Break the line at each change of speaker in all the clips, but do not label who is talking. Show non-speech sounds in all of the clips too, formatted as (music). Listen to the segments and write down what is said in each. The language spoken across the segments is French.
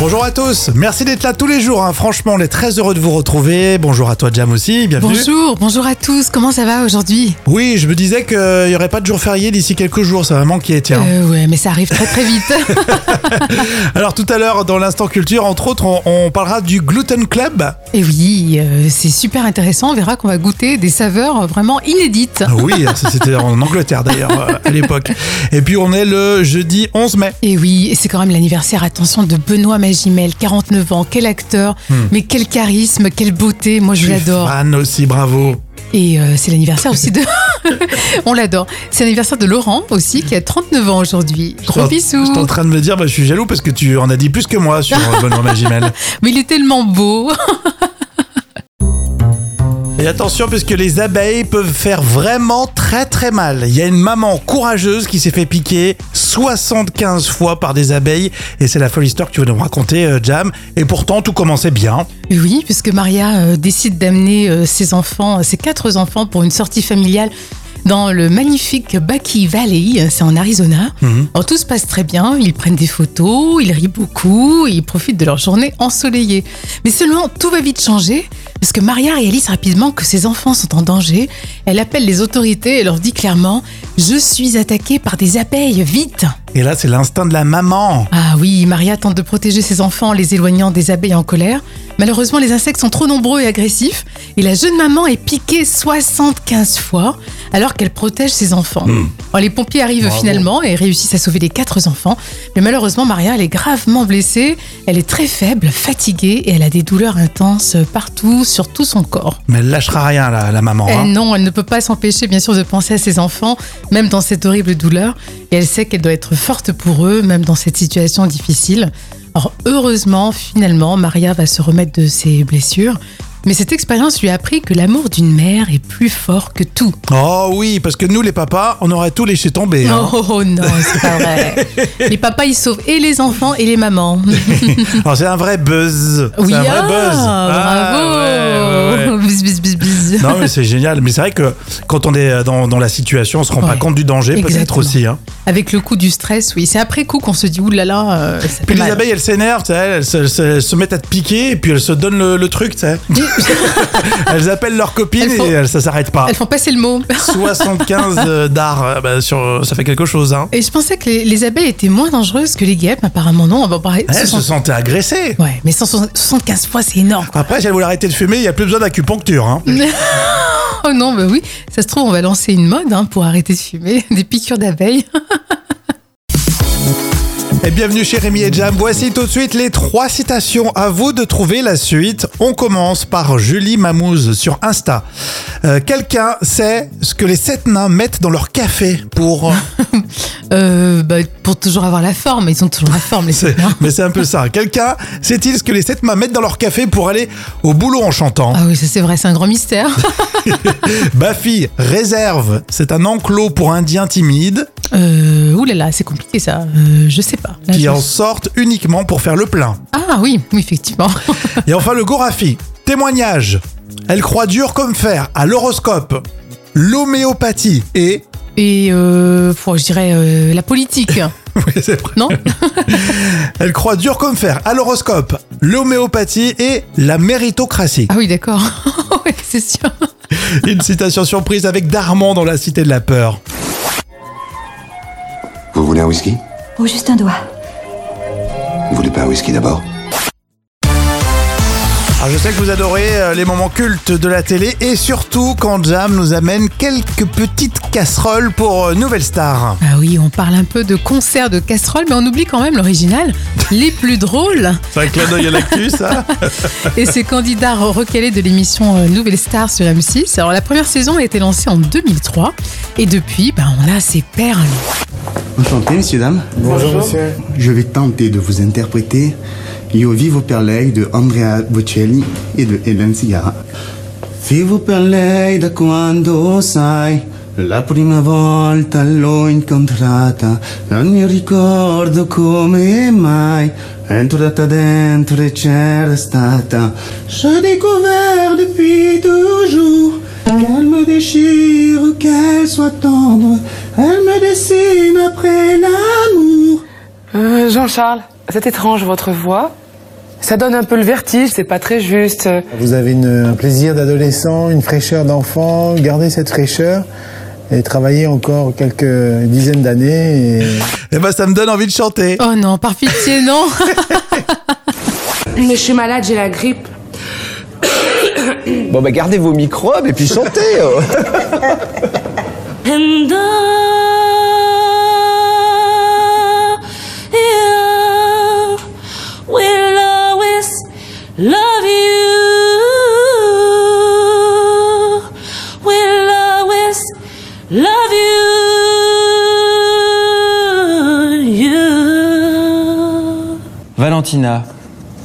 Bonjour à tous, merci d'être là tous les jours. hein. Franchement, on est très heureux de vous retrouver. Bonjour à toi, Jam aussi. Bienvenue.
Bonjour, bonjour à tous, comment ça va aujourd'hui
Oui, je me disais qu'il n'y aurait pas de jour férié d'ici quelques jours. Ça va manquer, tiens.
Euh, Ouais, mais ça arrive très
(laughs)
très vite. Euh.
Alors, tout à l'heure, dans l'instant culture, entre autres, on, on parlera du Gluten Club.
Et oui, euh, c'est super intéressant, on verra qu'on va goûter des saveurs vraiment inédites.
Ah oui, (laughs) ça, c'était en Angleterre d'ailleurs, euh, à l'époque. Et puis, on est le jeudi 11 mai.
Et oui, et c'est quand même l'anniversaire, attention, de Benoît Magimel, 49 ans, quel acteur,
Hmm.
mais quel charisme, quelle beauté, moi je
Tu es
l'adore.
Fan aussi, bravo.
Et euh, c'est l'anniversaire
(laughs)
aussi de... on l'adore. C'est l'anniversaire de Laurent aussi, qui a 39 ans aujourd'hui. Gros
Je suis en
bisous.
train de me dire, bah, je suis jaloux parce que tu en as dit plus que moi sur euh, Benoît Magimel.
Mais il est tellement beau.
Et attention, parce que les abeilles peuvent faire vraiment très très mal. Il y a une maman courageuse qui s'est fait piquer 75 fois par des abeilles. Et c'est la folle histoire que tu veux nous raconter, euh, Jam. Et pourtant, tout commençait bien.
Oui, puisque Maria euh, décide d'amener euh, ses enfants, ses quatre enfants, pour une sortie familiale dans le magnifique Bucky Valley, euh, c'est en Arizona.
Mhm.
Alors, tout se passe très bien, ils prennent des photos, ils rient beaucoup, ils profitent de leur journée ensoleillée. Mais seulement, tout va vite changer, parce que Maria réalise rapidement que ses enfants sont en danger. Elle appelle les autorités et leur dit clairement « Je suis attaquée par des abeilles, vite !»
Et là, c'est l'instinct de la maman.
Ah oui, Maria tente de protéger ses enfants en les éloignant des abeilles en colère. Malheureusement, les insectes sont trop nombreux et agressifs et la jeune maman est piquée 75 fois alors qu'elle protège ses enfants. Alors, les pompiers arrivent
Bravo.
finalement et réussissent à sauver les quatre enfants. Mais malheureusement, Maria, elle est gravement blessée. Elle est très faible, fatiguée et elle a des douleurs intenses partout, sur tout son corps.
Mais elle lâchera rien, la, la maman.
Eh
hein.
non, elle ne peut pas s'empêcher, bien sûr, de penser à ses enfants, même dans cette horrible douleur. Et elle sait qu'elle doit être forte pour eux, même dans cette situation difficile. Alors, heureusement, finalement, Maria va se remettre de ses blessures. Mais cette expérience lui a appris que l'amour d'une mère est plus fort que tout.
Oh oui, parce que nous, les papas, on aurait tout laissé tomber. hein.
Oh, oh, non, c'est
(laughs)
pas vrai. les papas, ils sauvent et les enfants et les mamans.
Alors, c'est un vrai buzz.
Oui,
c'est un vrai
ah,
buzz. Ah,
bravo.
ouais, ouais, ouais.
Bis, bis, bis, bis.
Non, mais c'est génial. Mais c'est vrai que quand on est euh, dans, dans la situation, on se rend pas
Ouais.
compte du danger, peut-être
Exactement.
aussi. hein.
Avec le coup du stress, oui. C'est après coup qu'on se dit, oulala, euh, ça fait
Puis les
mal.
abeilles, elles s'énervent, tu sais, elles, se- se- elles se mettent à te piquer et puis elles se donnent le, le truc, tu sais. elles appellent leurs copines
Elles font-
et elles- ça s'arrête pas.
Elles font passer le mot.
75 euh, d'art, euh, bah, sur, ça fait quelque chose, hein.
Et je pensais que les, les abeilles étaient moins dangereuses que les guêpes, apparemment non. Bon, pareil,
Elles se
60
sentaient agressées.
Ouais, mais 175 fois, c'est énorme. quoi.
Après, si elles voulaient arrêter de fumer, il n'y a plus besoin d'acupuncture, hein.
Oh non, bah oui, ça se trouve, on va lancer une mode hein, pour arrêter de fumer, (laughs) des piqûres d'abeilles.
Et bienvenue chez Rémi et Jam. Voici tout de suite les trois citations. À vous de trouver la suite. On commence par Julie Mamouze sur Insta. Euh, Quelqu'un sait ce que les sept nains mettent dans leur café pour.
Euh, bah, pour toujours avoir la forme, ils ont toujours la forme, (laughs) les hein.
C'est-
sept nains.
Mais c'est un peu ça. Quelqu'un sait-il ce que les sept mains mettent dans leur café pour aller au boulot en chantant
Ah oui, ça c'est vrai, c'est un grand mystère. (laughs)
Bafi, réserve, c'est un enclos pour indiens timides
Euh, ouh là là, c'est compliqué ça. Euh, je sais pas. Là,
qui
je-
en sortent uniquement pour faire le plein.
Ah oui, oui, effectivement. (laughs)
Et enfin le Gorafi, témoignage. Elle croit dur comme fer à l'horoscope, l'homéopathie et... (laughs)
Et euh, faut- je dirais euh, la politique,
Oui, c'est vrai.
(laughs) non
Elle croit dur comme fer à l'horoscope, l'homéopathie et la
(laughs)
méritocratie.
Ah oui, d'accord. Ouais, c'est sûr.
Une citation surprise avec Darman dans La Cité de la Peur.
Vous voulez un whisky
Oh, juste un doigt.
Vous voulez pas un whisky d'abord
Alors Ah, je sais que vous adorez euh, les moments cultes de la télé et surtout quand Jam nous amène quelques petites casseroles pour euh, Nouvelle Star.
Ah oui, on parle un peu de concert de casserole, mais on oublie quand même l'original, les plus drôles.
C'est un clin d'œil à l'actu ça
Et ces candidats recalés de l'émission euh, Nouvelle Star sur M6. Alors la première saison a été lancée en 2003 et depuis, ben, on a ces perles.
Enchanté, messieurs, dames.
Bonjour, monsieur.
Je vais tenter de vous interpréter Io vivo per lei de Andrea Bocelli et de Hélène Sigara. Vivo per lei da quando sai, la prima volta l'ho incontrata, non mi ricordo come mai, è entrata dentro e c'era stata. Je découvert depuis toujours qu'elle me déchire, qu'elle soit tendre, elle me dessine après l'amour.
Euh, Jean-Charles, c'est étrange votre voix.
Ça donne un peu le vertige, c'est pas très juste.
Vous avez une- un plaisir d'adolescent, une fraîcheur d'enfant, gardez cette fraîcheur et travaillez encore quelques dizaines d'années. et-
(laughs) Eh ben, ça me donne envie de chanter.
Oh non, par pitié, non
Mais je suis malade, j'ai la grippe.
Bon, bah, gardez vos microbes et puis chantez. oh. Valentina,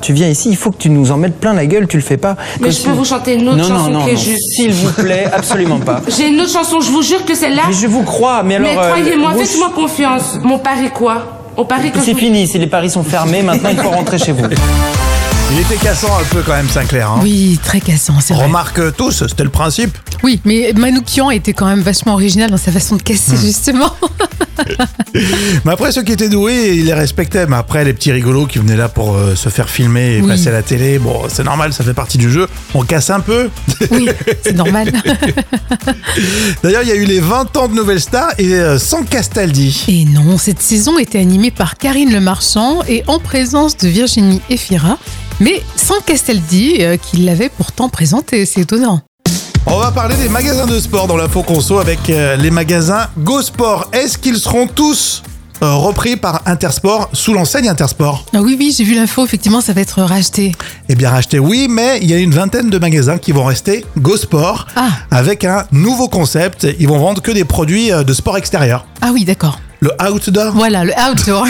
tu viens ici, il faut que tu nous en mettes plein la gueule, tu le fais pas.
Mais je peux vous chanter une autre
non,
chanson
non, non,
qui est
non.
juste.
S'il vous plaît, absolument pas.
J'ai une autre chanson, je vous jure que celle-là.
Mais je vous crois, mais alors.
Ah. Mais
euh,
croyez-moi,
vous-
faites-moi confiance. Mon pari quoi On parie que je
C'est
vous-
fini, si les paris sont fermés, maintenant il faut rentrer chez vous.
Il était cassant un peu quand même, Sinclair. hein.
Oui, très cassant, c'est vrai.
Remarque euh, tous, c'était le principe.
Oui, mais Manoukian était quand même vachement original dans sa façon de casser, justement.
Mais après, ceux qui étaient doués, ils les respectaient. Mais après, les petits rigolos qui venaient là pour euh, se faire filmer et
Oui.
passer à la télé, bon, c'est normal, ça fait partie du jeu. On casse un peu.
Oui, c'est normal.
D'ailleurs, il y a eu les 20 ans de Nouvelle Star et euh, sans Castaldi.
Et non, cette saison était animée par Karine Le Marchand et en présence de Virginie Efira, mais sans Castaldi, euh, qui l'avait pourtant présenté. C'est étonnant.
On va parler des magasins de sport dans l'info conso avec euh, les magasins Go Sport. Est-ce qu'ils seront tous euh, repris par Intersport sous l'enseigne Intersport
Ah oui, oui, j'ai vu l'info, effectivement, ça va être racheté.
Eh bien, racheter, oui, mais il y a une vingtaine de magasins qui vont rester Go Sport
Ah.
avec un nouveau concept. Ils vont vendre que des produits euh, de sport extérieur.
Ah oui, d'accord.
Le outdoor.
(laughs) Voilà, le
(laughs)
outdoor.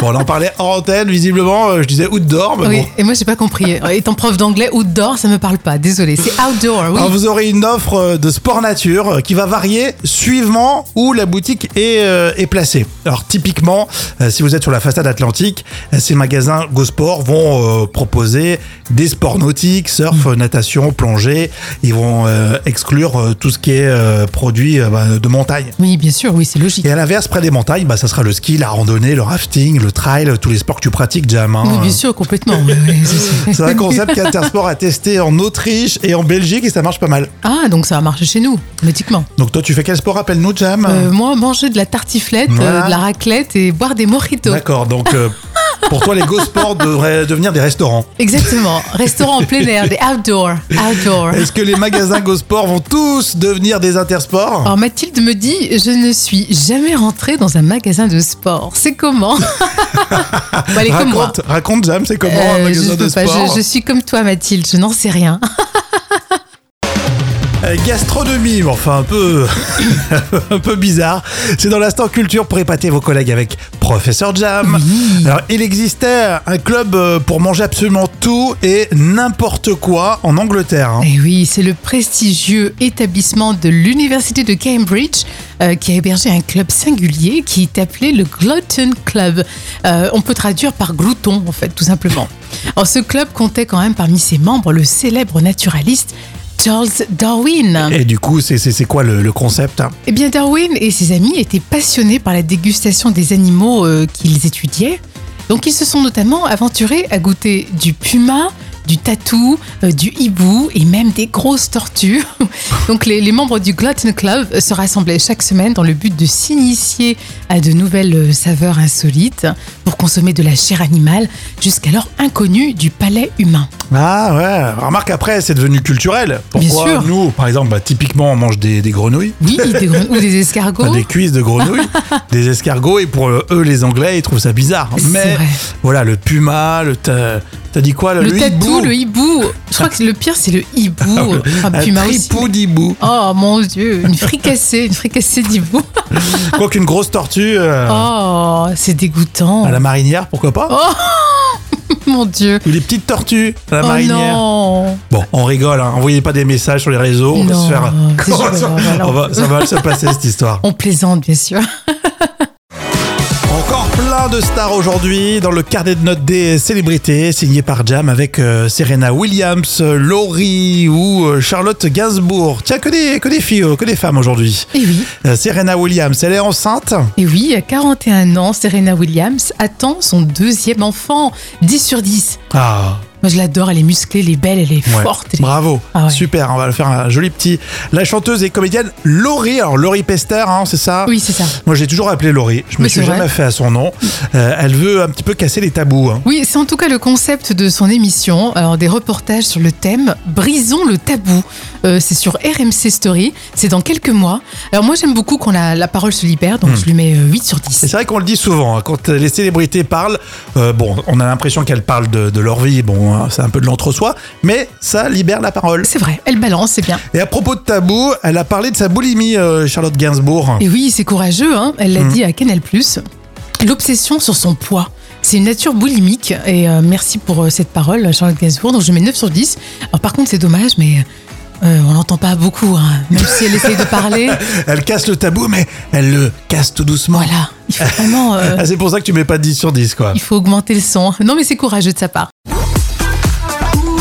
Bon, on en parlait en antenne, visiblement. euh, Je disais outdoor, mais
Oui,
bon.
et moi, j'ai pas compris. Euh, Étant prof d'anglais, outdoor, ça me parle pas. Désolé, c'est outdoor, oui.
Alors, vous aurez une offre euh, de sport nature euh, qui va varier suivant où la boutique est, euh, est placée. Alors typiquement, euh, si vous êtes sur la façade atlantique, euh, ces magasins Go Sport vont euh, proposer des sports nautiques, surf,
Hmm.
euh, natation, plongée. Ils vont euh, exclure euh, tout ce qui est euh, produit euh, bah, de montagne.
Oui, bien sûr, oui, c'est logique.
Et à l'inverse, près des montagnes, bah, ça sera le ski, la randonnée, le rafting, le trail, tous les sports que tu pratiques, Jam. hein.
Oui, bien sûr, complètement. Oui, oui, c'est- (laughs)
C'est un concept qu'Intersport a testé en Autriche et en Belgique et ça marche pas mal.
Ah, donc ça va marcher chez nous, logiquement.
Donc toi, tu fais quel sport Rappelle-nous, Jam.
Euh, moi, manger de la tartiflette, euh,
Ah. Voilà.
de la raclette et boire des mojitos.
D'accord, donc euh, pour toi, les go sports devraient devenir des restaurants.
Exactement. Restaurant en plein air, des outdoor. Outdoor.
Est-ce que les magasins go sport vont tous devenir des intersports
Alors Mathilde me dit, je ne suis jamais rentrée dans un magasin de sport.
(laughs)
C'est comment Bah, Elle est comme moi.
raconte, raconte, Jam, c'est comment un
Euh,
magasin
je,
de
peux pas,
sport
je- je suis comme toi Mathilde, je n'en sais rien.
Euh, Gastronomie, mais enfin un peu, (laughs) un peu bizarre. C'est dans l'instant culture pour épater vos collègues avec Professeur Jam. Alors, il existait un club euh, pour manger absolument tout et n'importe quoi en Angleterre. hein.
Et Eh oui, c'est le prestigieux établissement de l'université de Cambridge euh, qui a hébergé un club singulier qui est appelé le Glutton Club. Euh, on peut traduire par glouton en fait, tout simplement. Alors, ce club comptait quand même parmi ses membres le célèbre naturaliste Charles Darwin.
Et du coup, c'est- c'est c'est quoi le, le concept hein
Eh bien, Darwin et ses amis étaient passionnés par la dégustation des animaux euh, qu'ils étudiaient. Donc, ils se sont notamment aventurés à goûter du puma, du tatou, euh, du hibou et même des grosses tortues. (laughs) Donc, les, les membres du Glutton Club se rassemblaient chaque semaine dans le but de s'initier à de nouvelles euh, saveurs insolites pour consommer de la chair animale, jusqu'alors inconnue du palais humain.
Ah ouais, remarque après, c'est devenu culturel. Pourquoi
Bien sûr.
nous, par exemple, bah, typiquement, on mange des, des grenouilles (laughs)
Oui, des gren- ou des
Enfin,
escargots.
Des cuisses de
(laughs)
grenouilles, des escargots, et pour euh, eux, les Anglais, ils trouvent ça bizarre.
C'est
Mais
vrai.
voilà, le puma, le. ta- T'as dit quoi
Le, tatou,
hibou Ah
le hibou. Je crois que le pire, c'est le hibou. Enfin,
Un
puma aussi.
tripou d'hibou.
Oh mon dieu, une fricassée, une fricassée d'hibou.
Quoi qu'une grosse tortue euh,
Oh, c'est
à
dégoûtant.
la marinière, pourquoi pas
Mon dieu.
Ou des petites tortues à la
Oh
marinière.
non.
Bon, on rigole, hein. envoyez pas des messages sur les réseaux, on va
Non,
se faire. (laughs)
c'est
on va-
sûr, voilà.
on va- ça va mal se passer cette histoire.
On plaisante, bien sûr.
Encore plein de stars aujourd'hui dans le carnet de notes des célébrités signé par Jam avec euh, Serena Williams, euh, Laurie ou euh, Charlotte Gainsbourg. Tiens, que des, que des filles, euh, que des femmes aujourd'hui.
Et oui,
Euh, Serena Williams, elle est enceinte.
et oui, à 41 ans, Serena Williams attend son deuxième enfant. 10 sur 10.
Ah,
Moi, je l'adore, elle est musclée, elle est belle, elle est
Ouais.
forte. elle est-
Bravo.
Ah ouais.
Super. On va le faire un joli petit. La chanteuse et comédienne Laurie. Alors, Laurie Pester, hein, c'est ça
Oui, c'est ça.
Moi, j'ai toujours appelé Laurie. Je me
Mais
suis
c'est
jamais
vrai.
fait à son nom. Euh, elle veut un petit peu casser les tabous. hein.
Oui, c'est en tout cas le concept de son émission. Alors, des reportages sur le thème Brisons le tabou. Euh, c'est sur RMC Story. C'est dans quelques mois. Alors, moi, j'aime beaucoup quand la, la parole se libère, donc je lui mets euh, 8 sur 10.
Et c'est vrai qu'on le dit souvent, hein, quand les célébrités parlent, euh, bon, on a l'impression qu'elles parlent de, de leur vie, bon, hein, c'est un peu de l'entre-soi, mais ça libère la parole.
C'est vrai, elle balance, c'est bien.
Et à propos de tabou, elle a parlé de sa boulimie, euh, Charlotte Gainsbourg.
Et oui, c'est courageux, hein. elle l'a dit à Canal+. L'obsession sur son poids. C'est une nature boulimique et euh, merci pour euh, cette parole, Charlotte Gainsbourg. Donc je mets 9 sur 10. Alors par contre, c'est dommage, mais euh, on l'entend pas beaucoup, hein. même si elle essaie de parler.
Elle casse le tabou, mais elle le casse tout doucement.
Voilà, il faut vraiment, euh,
Ah, c'est pour ça que tu mets pas 10 sur 10, quoi.
il faut augmenter le son. Non, mais c'est courageux de sa part.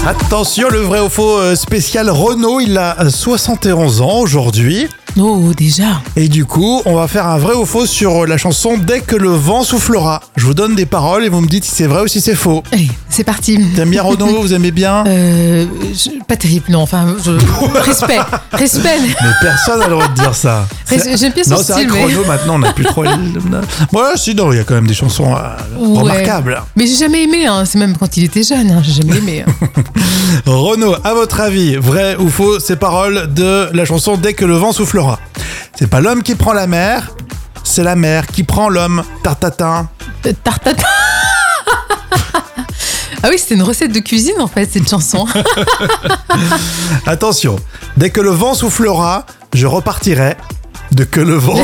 Attention, le vrai ou faux euh, spécial Renault, il a euh, 71 ans aujourd'hui.
Oh, déjà.
Et du coup, on va faire un vrai ou faux sur euh, la chanson Dès que le vent soufflera. Je vous donne des paroles et vous me dites si c'est vrai ou si c'est faux.
Allez, c'est parti.
T'aimes bien Renault, vous aimez bien
Euh, je- pas terrible, non. Enfin,
(laughs)
je... respect, respect.
Mais personne n'a le droit de dire ça.
Res-
C'est-
j'aime bien son
Non, c'est vrai
style,
que
mais-
Renaud, maintenant, on n'a plus trop.
(laughs)
Voilà, si, non, il y a quand même des chansons euh,
Ouais.
remarquables.
Mais j'ai jamais aimé, hein. c'est même quand il était jeune, hein, j'ai jamais aimé.
(laughs)
hein.
Renaud, à votre avis, vrai ou faux, ces paroles de la chanson Dès que le vent soufflera C'est pas l'homme qui prend la mer, c'est la mer qui prend l'homme. Tartatin.
Euh, Tartata (laughs) Ah oui, c'était une recette de cuisine en fait,
(laughs)
cette chanson.
Attention, dès que le vent soufflera, je repartirai. De que le
(laughs)
vent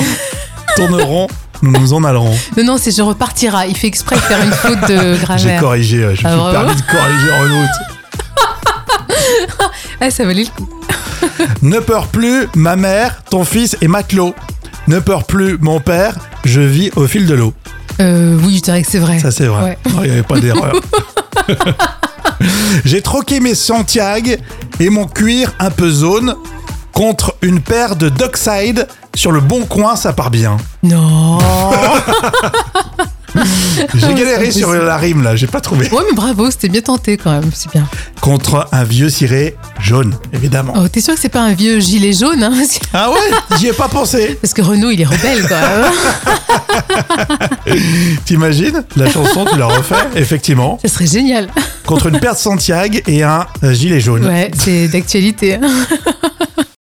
tourneront, nous nous en allerons.
non, non, c'est je repartira. Il fait exprès de faire une faute
(laughs)
de
J'ai
grammaire.
corrigé, euh, je me suis
Ah, bravo.
permis de corriger Renaud.
Ah, ça valait le coup.
Ne peur plus, ma mère, ton fils est matelot. Ne peur plus, mon père, je vis au fil de l'eau.
Euh, oui, je dirais que c'est vrai.
Ça, c'est vrai.
Ouais.
Non, Il n'y avait pas
(laughs)
d'erreur. J'ai troqué mes Santiago et mon cuir un peu zone contre une paire de Dockside. Sur le bon coin, ça part bien.
Non.
J'ai
(laughs) c'est
galéré sur
possible.
la rime, là. J'ai pas trouvé.
Ouais, mais bravo, c'était bien tenté quand même. C'est bien.
Contre un vieux ciré jaune, évidemment.
Oh, t'es sûr que c'est pas un vieux gilet jaune hein (laughs)
Ah ouais J'y ai pas pensé.
Parce que Renaud, il est rebelle quand même.
T'imagines La chanson, tu la
(laughs)
refais, effectivement.
ça serait génial.
Contre une paire de Santiago et un euh, gilet jaune.
Ouais, c'est d'actualité. hein.